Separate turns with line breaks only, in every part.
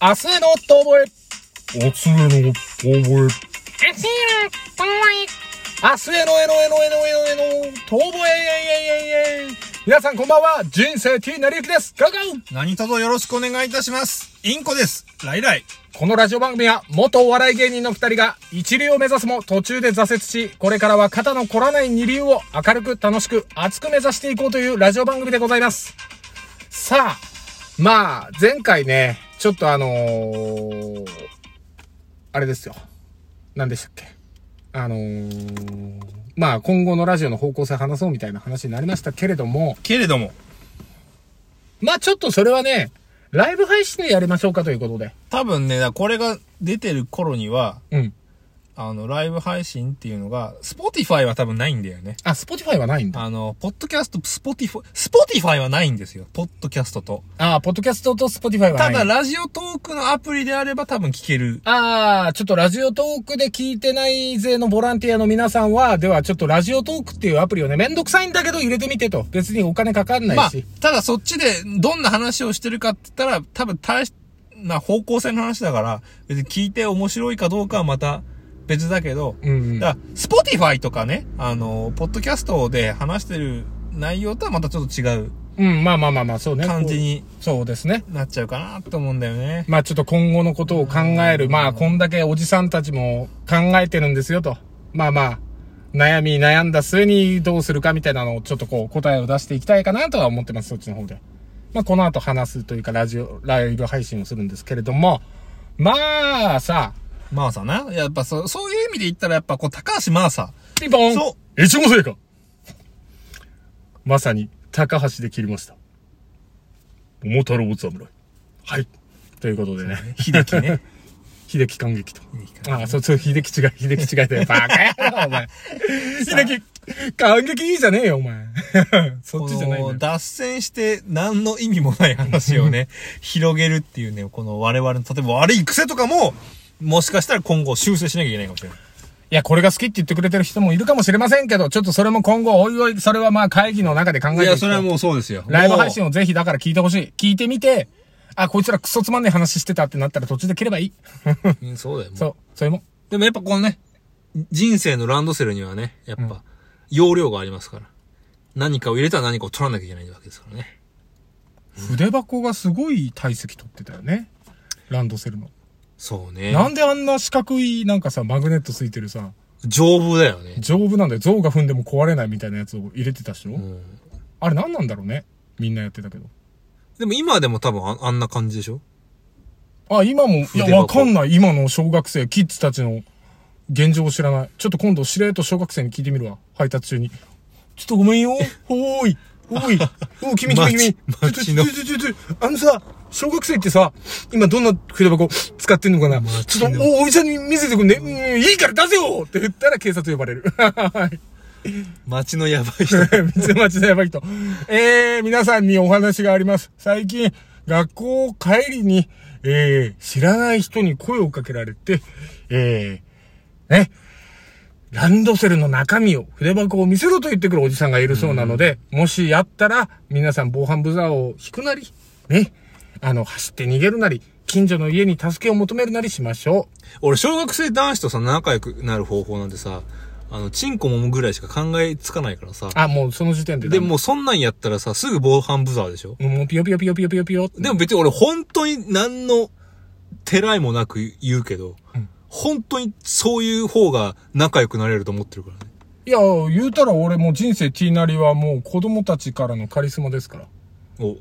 明日への遠吠え。
おつえの遠吠
明日への遠吠え。明日へのえのえのえのえのえの遠吠え。皆さんこんばんは。人生 T なりゆきです。ガガウ
え。何卒よろしくお願いいたします。インコです。ライライ。
このラジオ番組は元お笑い芸人の二人が一流を目指すも途中で挫折し、これからは肩の凝らない二流を明るく楽しく熱く目指していこうというラジオ番組でございます。さあ、まあ、前回ね、ちょっとあのー、あれですよ。何でしたっけ。あのー、まあ今後のラジオの方向性話そうみたいな話になりましたけれども、
けれども、
まあちょっとそれはね、ライブ配信でやりましょうかということで。
多分ね、だからこれが出てる頃には、
うん。
あの、ライブ配信っていうのが、スポティファイは多分ないんだよね。
あ、Spotify はないんだ。
あの、ポッドキャスト、スポティファイ、スポティファイはないんですよ。ポッドキャストと。
ああ、ポッドキャストと Spotify はな
た
い。
だ、ラジオトークのアプリであれば多分聞ける。
ああ、ちょっとラジオトークで聞いてない勢のボランティアの皆さんは、ではちょっとラジオトークっていうアプリをね、めんどくさいんだけど入れてみてと。別にお金かかんな
ま
い
あ
し。、
ただそっちでどんな話をしてるかって言ったら、多分大しな方向性の話だから、別に聞いて面白いかどうかはまた別だけど、
うんうん。
だから、スポティファイとかね、あの、ポッドキャストで話してる内容とはまたちょっと違う
うん、まあまあまあまあ、そうね。
感じに
こう。そうですね。
なっちゃうかなと思うんだよね。
まあちょっと今後のことを考える。まあこんだけおじさんたちも考えてるんですよと。まあまあ、悩み悩んだ末にどうするかみたいなのをちょっとこう答えを出していきたいかなとは思ってます、そっちの方で。まあこの後話すというかラジオ、ライブ配信をするんですけれども、まあさ、
マーサな。やっぱそ、そういう意味で言ったらやっぱこう、高橋マーサ。
ピンポン
そ
越後製菓まさに、高橋で切りました。桃太郎侍。はい。ということでね、
秀樹ね。
秀樹感激と。
秀樹か
ああ、そうそう、秀樹違い、秀樹違いだよ。バカ野郎、お 前。秀樹、感激いいじゃねえよ、お前。 そっちじゃないんだ
こ
よ
の脱線して何の意味もない話を ね、広げるっていうね、この我々の、例えば悪い癖とかも、もしかしたら今後修正しなきゃいけないかもしれない。
いや、これが好きって言ってくれてる人もいるかもしれませんけど、ちょっとそれも今後、おいおい、それはまあ会議の中で考えていきた
もうそうですよ。
ライブ配信をぜひだから聞いてほしい。聞いてみて、あ、こいつらクソつまんねえ話してたってなったら途中で切ればいい。
うんそうだよ。もう
そう、それも。
でもやっぱこのね、人生のランドセルにはね、やっぱ、容量がありますから。何かを入れたら何かを取らなきゃいけないわけですからね。
筆箱がすごい体積取ってたよね。ランドセルの。
そうね。
なんであんな四角い、なんかさ、マグネットついてるさ、
丈夫だよね。
丈夫なんだよ。象が踏んでも壊れないみたいなやつを入れてたでしょ、
うん。
あれ何なんだろうね。みんなやってたけど。
でも今でも多分ああんな感じでしょ
あ、今も、い
筆
や、
箱
わかんない。今の小学生、キッズたちの現状を知らない。ちょっと今度、しれっと小学生に聞いてみるわ。配達中に。ちょっとごめんよ。おーい。おーい。おー、君君君。ち
街
ょっと、
街
ちょ
の
っと、ちょっとちょっと、あのさ、小学生ってさ、今どんな筆箱使ってんのかな
街
ちょ
の
っと、お、おじさんに見せてくんね。うん、いいから出せよって言ったら警察呼ばれる。はい。
街のやばい人。
水町のやばい人。えー、皆さんにお話があります。最近、学校帰りに、えー、知らない人に声をかけられて、えー、ね、ランドセルの中身を、筆箱を見せろと言ってくるおじさんがいるそうなので、もしやったら、皆さん防犯ブザーを引くなり、ね、あの、走って逃げるなり、近所の家に助けを求めるなりしましょ
俺、小学生男子とさ、仲良くなる方法なんてさ、あの、チンコもむぐらいしか考えつかないからさ
う。。あ、もうその時点で。
で、も、うそんなんやったらさ、すぐ防犯ブザーでしょ
もうピヨピヨピヨピヨピヨピヨ。
でも別に俺本当に何のてらいもなく言うけど、
うん
本当にそういう方が仲良くなれると思ってるからね。
いや、言うたら俺もう人生 T なりはもう子供たちからのカリスマですから。
お、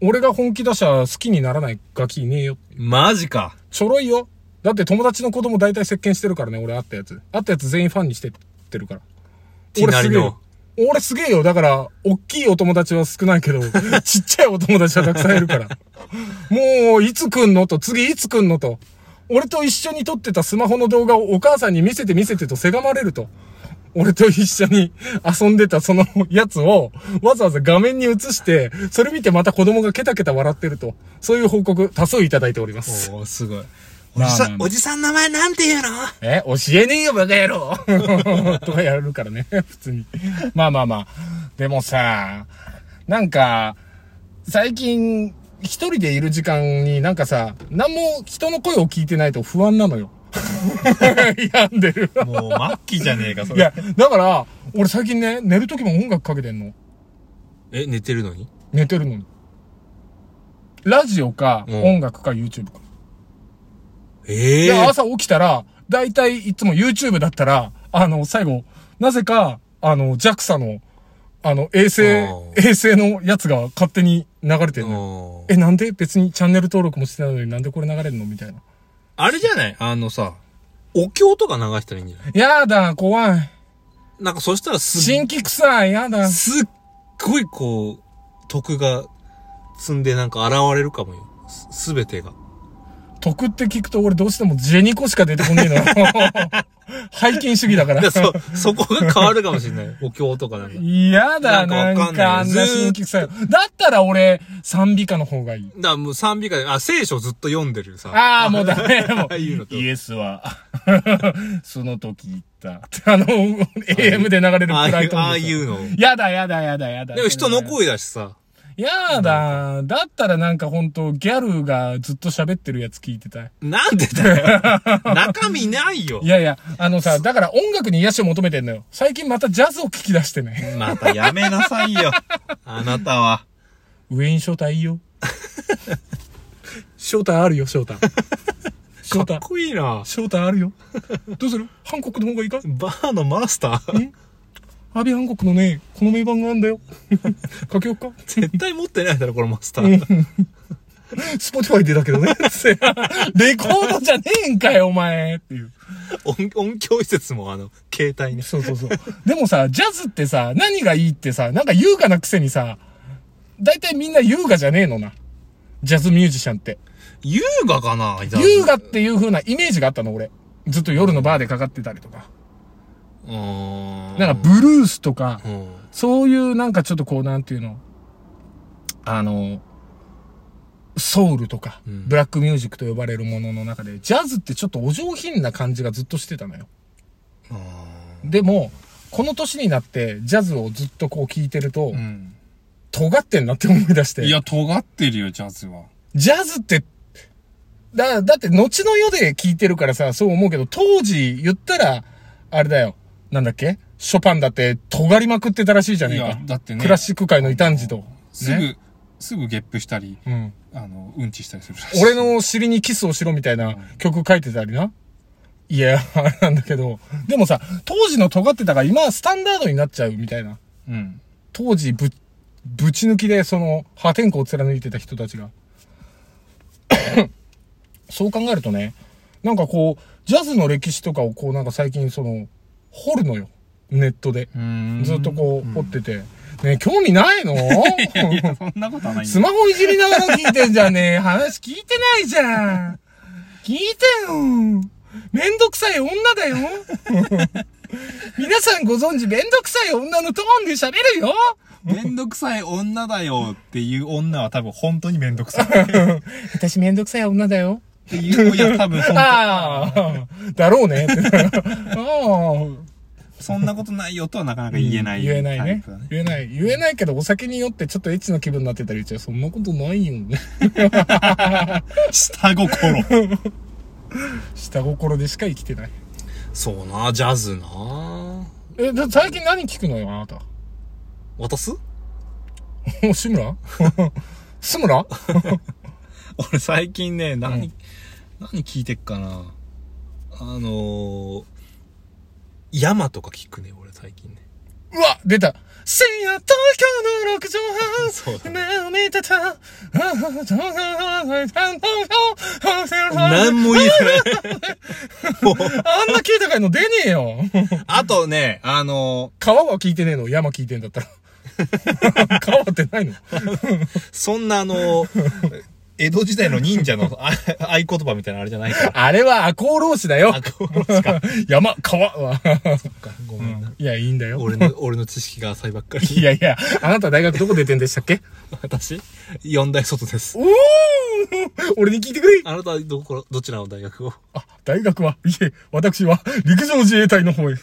俺が本気出しゃ好きにならないガキいねえよ。
マジか。
ちょろいよ。だって友達の子供大体接見してるからね、俺会ったやつ。会ったやつ全員ファンにしてってるから。
T な
俺す
り
げえよ
の。。
俺すげえよ。だから、おっきいお友達は少ないけど、ちっちゃいお友達はたくさんいるから。もう、いつ来んのと、次いつ来んのと。俺と一緒に撮ってたスマホの動画をお母さんに見せて見せてとせがまれると。俺と一緒に遊んでたそのやつをわざわざ画面に映して、それ見てまた子供がケタケタ笑ってると。そういう報告多数いただいております。
おーすごい。お
まあ
じさ
まあ
ん、
まあ
おじさん名前なんて言うの
え教えねえよ、バカ野郎 とかやるからね、普通に。まあまあまあ。でもさ、なんか、最近、一人でいる時間になんかさ、何も人の声を聞いてないと不安なのよ。 病んでる。
もう、末期じゃねえか、そ
い
れ。
や、だから、俺最近ね、寝る時も音楽かけてんの。
え、寝てるのに
寝てるのに。ラジオか、
うん
音楽か、YouTube か。
ええ
で、朝起きたら、だいたいいつも YouTube だったら、あの、最後、なぜか、あの、JAXA の、あの、衛星
あ、
衛星のやつが勝手に流れてるのよ。
うん
え、なんで別にチャンネル登録もしてないのになんでこれ流れるのみたいな。
あれじゃないあのさ、お経とか流したらいいんじゃない
やだ、怖い。
なんかそしたらすっ
新規臭い、やだ。
すっごいこう、徳が積んでなんか現れるかもよ。すすべてが。
得って聞くと俺どうしてもジェニコしか出てこねえ のよ。拝金主義だから
で。そ、 そこが変わるかもしれない。お経とかなんか。
嫌だ、な
なんん
か
かわかんない
あんな
ず
新
ーっと
規臭い。だったら俺、賛美歌の方がいい。
だからもう賛美歌で、あ、聖書ずっと読んでるさ。
ああ、もうダメ。もう
ああいうのと
イエスは、 その時言った。あの、AM で流れるプ
ああ
ラ
い
イ
う、
トン
ああいうの。
やだ、やだ、やだ、やだ。
でも人の声だしさ。
やだ。だったらなんかほんと、ギャルがずっと喋ってるやつ聞いてたい。
なんでだよ。 中身ないよ
い。やいや、あのさ、だから音楽に癒しを求めてんのよ。最近またジャズを聞き出してね。
またやめなさいよ。あなたは。
ウェイン正体いい よ。正体あるよ、正体。正
か
体
っ。こいいな。
正体あるよ。どうするハンコックの方がいいか
バーのマスター
アビハンコックのね、この名盤があるんだ よ。かけよっか。
絶対持ってないだろ、このマスター。
スポティファイでだけどね。 レコードじゃねえんかよ、お前っていう。
音音響施設もあの、携帯に。
そうそうそう。でもさ、ジャズってさ、何がいいってさ、なんか優雅なくせにさ、大体みんな優雅じゃねえのな。ジャズミュージシャンって。
優雅かな
優雅っていう風なイメージがあったの、俺。ずっと夜のバーでかかってたりとか。
うーん。
なんかブルースとか、
うん。
そういうなんかちょっとこう、なんていうの、あの、ソウルとか、
うん
ブラックミュージックと呼ばれるものの中で、ジャズってちょっとお上品な感じがずっとしてたのよ。でも、この年になって、ジャズをずっとこう聞いてると、
うん。
尖ってんなって思い出して。
いや、尖ってるよ、ジャズは。
ジャズって、だ、だって後の世で聞いてるからさ、そう思うけど、当時言ったら、あれだよ。なんだっけショパンだって尖りまくってたらしいじゃねえか。
いやだってね
クラシック界の異端児と。
すぐ、
ね
すぐゲップしたり、
うん。
あの、うんちしたりするらしい
俺の尻にキスをしろみたいな曲書いてたりな。いや、あれなんだけど。でもさ、当時の尖ってたから今はスタンダードになっちゃうみたいな。
うん。
当時ぶ、ぶち抜きでその破天荒を貫いてた人たちが。 そう考えるとね、なんかこう、ジャズの歴史とかをこうなんか最近その、掘るのよ。ネットで。
うん
ずっとこう掘ってて。ねえ興味ない の
そんなことはないん
ス
だ
マホいじりながら聞いてんじゃんねえ。話聞いてないじゃん。聞いてよ。めんどくさい女 だよ。皆さんご存知めんどくさい女のトーンで喋るよ。
めんどくさい女だよっていう女は多分本当にめんどくさい。っ
私めんどくさい女だよ。
ていう、いや多分本
ああ、だろう ね。
当、そんなことないよとはなかなか言えない、
言えない
タイ
ね
プだ。
言えない。言えないけど、お酒に酔ってちょっとエッチな気分になってたり言っちゃう。そんなことないよ ね。
下心。
下心でしか生きてない。
そうな、ジャズな。
え、だ最近何聞くのよ、あなた。
渡す
お、志村 志村
俺最近ね、何、何聞いてっかな。あのー、山とか聞くね、俺最近ね。
うわ出た深夜東京の六畳半
そうだね
夢を見てた ああ東京の六畳
な
半
んも言え ない。も
あ
う、
んな聞いたかいの出ねえよ
あとね、あの
川は聞いてねえの山聞いてんだった ら。川ってないの
ー、そんなあの ー、江戸時代の忍者のあ合言葉みたいなのあれじゃないから。
あれは赤穂浪士だよ
あ、。ごめんなさい
山、川は。
ごめんな。
いや、いいんだよ。
俺の、俺の知識が浅いばっかり。
いやいや、あなた大学どこ出てんでしたっけ
私、四大外で す。
おー 俺に聞いてくれ
あなたはどこ、どちらの大学を
あ、大学は、いえ、私は陸上自衛隊の方へ。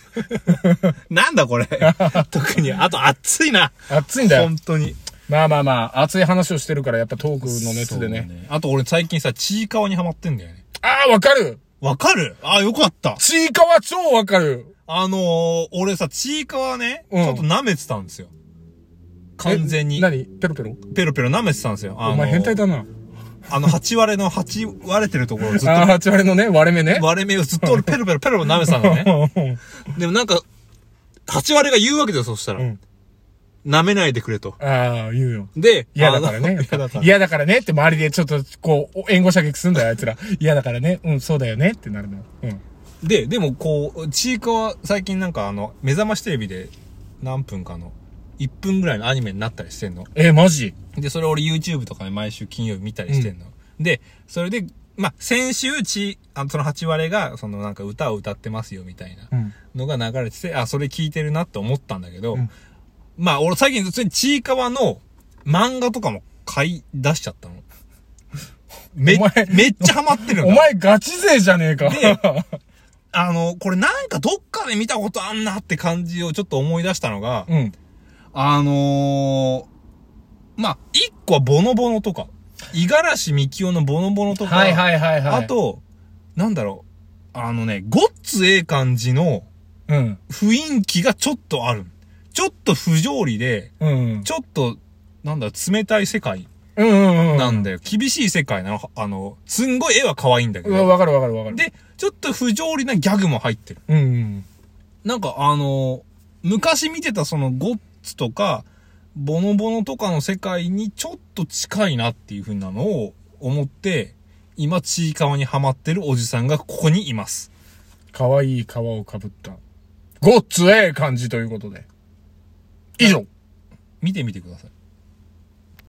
なんだこれ 特に、あと暑いな。
暑いんだよ
本。当に。
まあまあまあ、熱い話をしてるから、やっぱトークの熱
そう
でね。
ね。あと俺最近さ、ちいかわにハマってんだよね。
ああ、わかる
わかるあ、よかった。
ちいかわ超わかる
あのー、俺さ、ちいかわね、
うん
ちょっと舐めてたんですよ。完全
え
に。
何ペロペロ
ペロペロ舐めてたんですよ。あの
お前変態だな。
あの、8割れの8割れてるところをずっ
ああ、
と、
8割のね、割れ目ね。
割れ目をずっと俺ペロペロペロペロ舐めてたの ね。でもなんか、8割れが言うわけだよ、そしたら。
うん
舐めないでくれと。
ああ、言うよ。
で、
嫌だから
あ
ね
の嫌だか。ら。
嫌だからねって周りでちょっと、こう、援護射撃すんだよ、あいつら。嫌だからね。うん、そうだよねってなるのよ。うん。
で、でもこう、ちいかわ、最近なんかあの、目覚ましテレビで何分かの、1分ぐらいのアニメになったりしてんの。
えー、マジ
で、それ俺 YouTube とかで毎週金曜日見たりしてんの。で、それで、まあ、先週、ち、あの、その8割が、そのなんか歌を歌ってますよみたいな
うん。
のが流れてて、あ、それ聞いてるなって思ったんだけど、
うん
まあ、俺最近、それちいかわの漫画とかも買い出しちゃったの。め
お前、
めっちゃハマってるん
お
だ。
前ガチ勢じゃねえか。
であの、これなんかどっかで見たことあんなって感じをちょっと思い出したのが、
うん。
あのー、まあ、一個はボノボノとか、五十嵐美樹夫のボノボノとか、
はいはいはいはい。
あ、と、なんだろう、あのね、ごっつええ感じの
うん。
雰囲気がちょっとある。ちょっと不条理で、
うん。
ちょっと、なんだろう、冷たい世界
うんうんうん。
なんだよ。厳しい世界なの。あの、すんごい絵は可愛いんだけ
うわ、
ど。
わかるわかるわかる。
で、ちょっと不条理なギャグも入ってる。
うんうん。
なんかあの、昔見てたそのゴッツとか、ボノボノとかの世界にちょっと近いなっていう風なのを思って、今、ちいかわにハマってるおじさんがここにいます。
かわいい皮をかぶった。ごっつええ感じということで。以上。
見てみてください。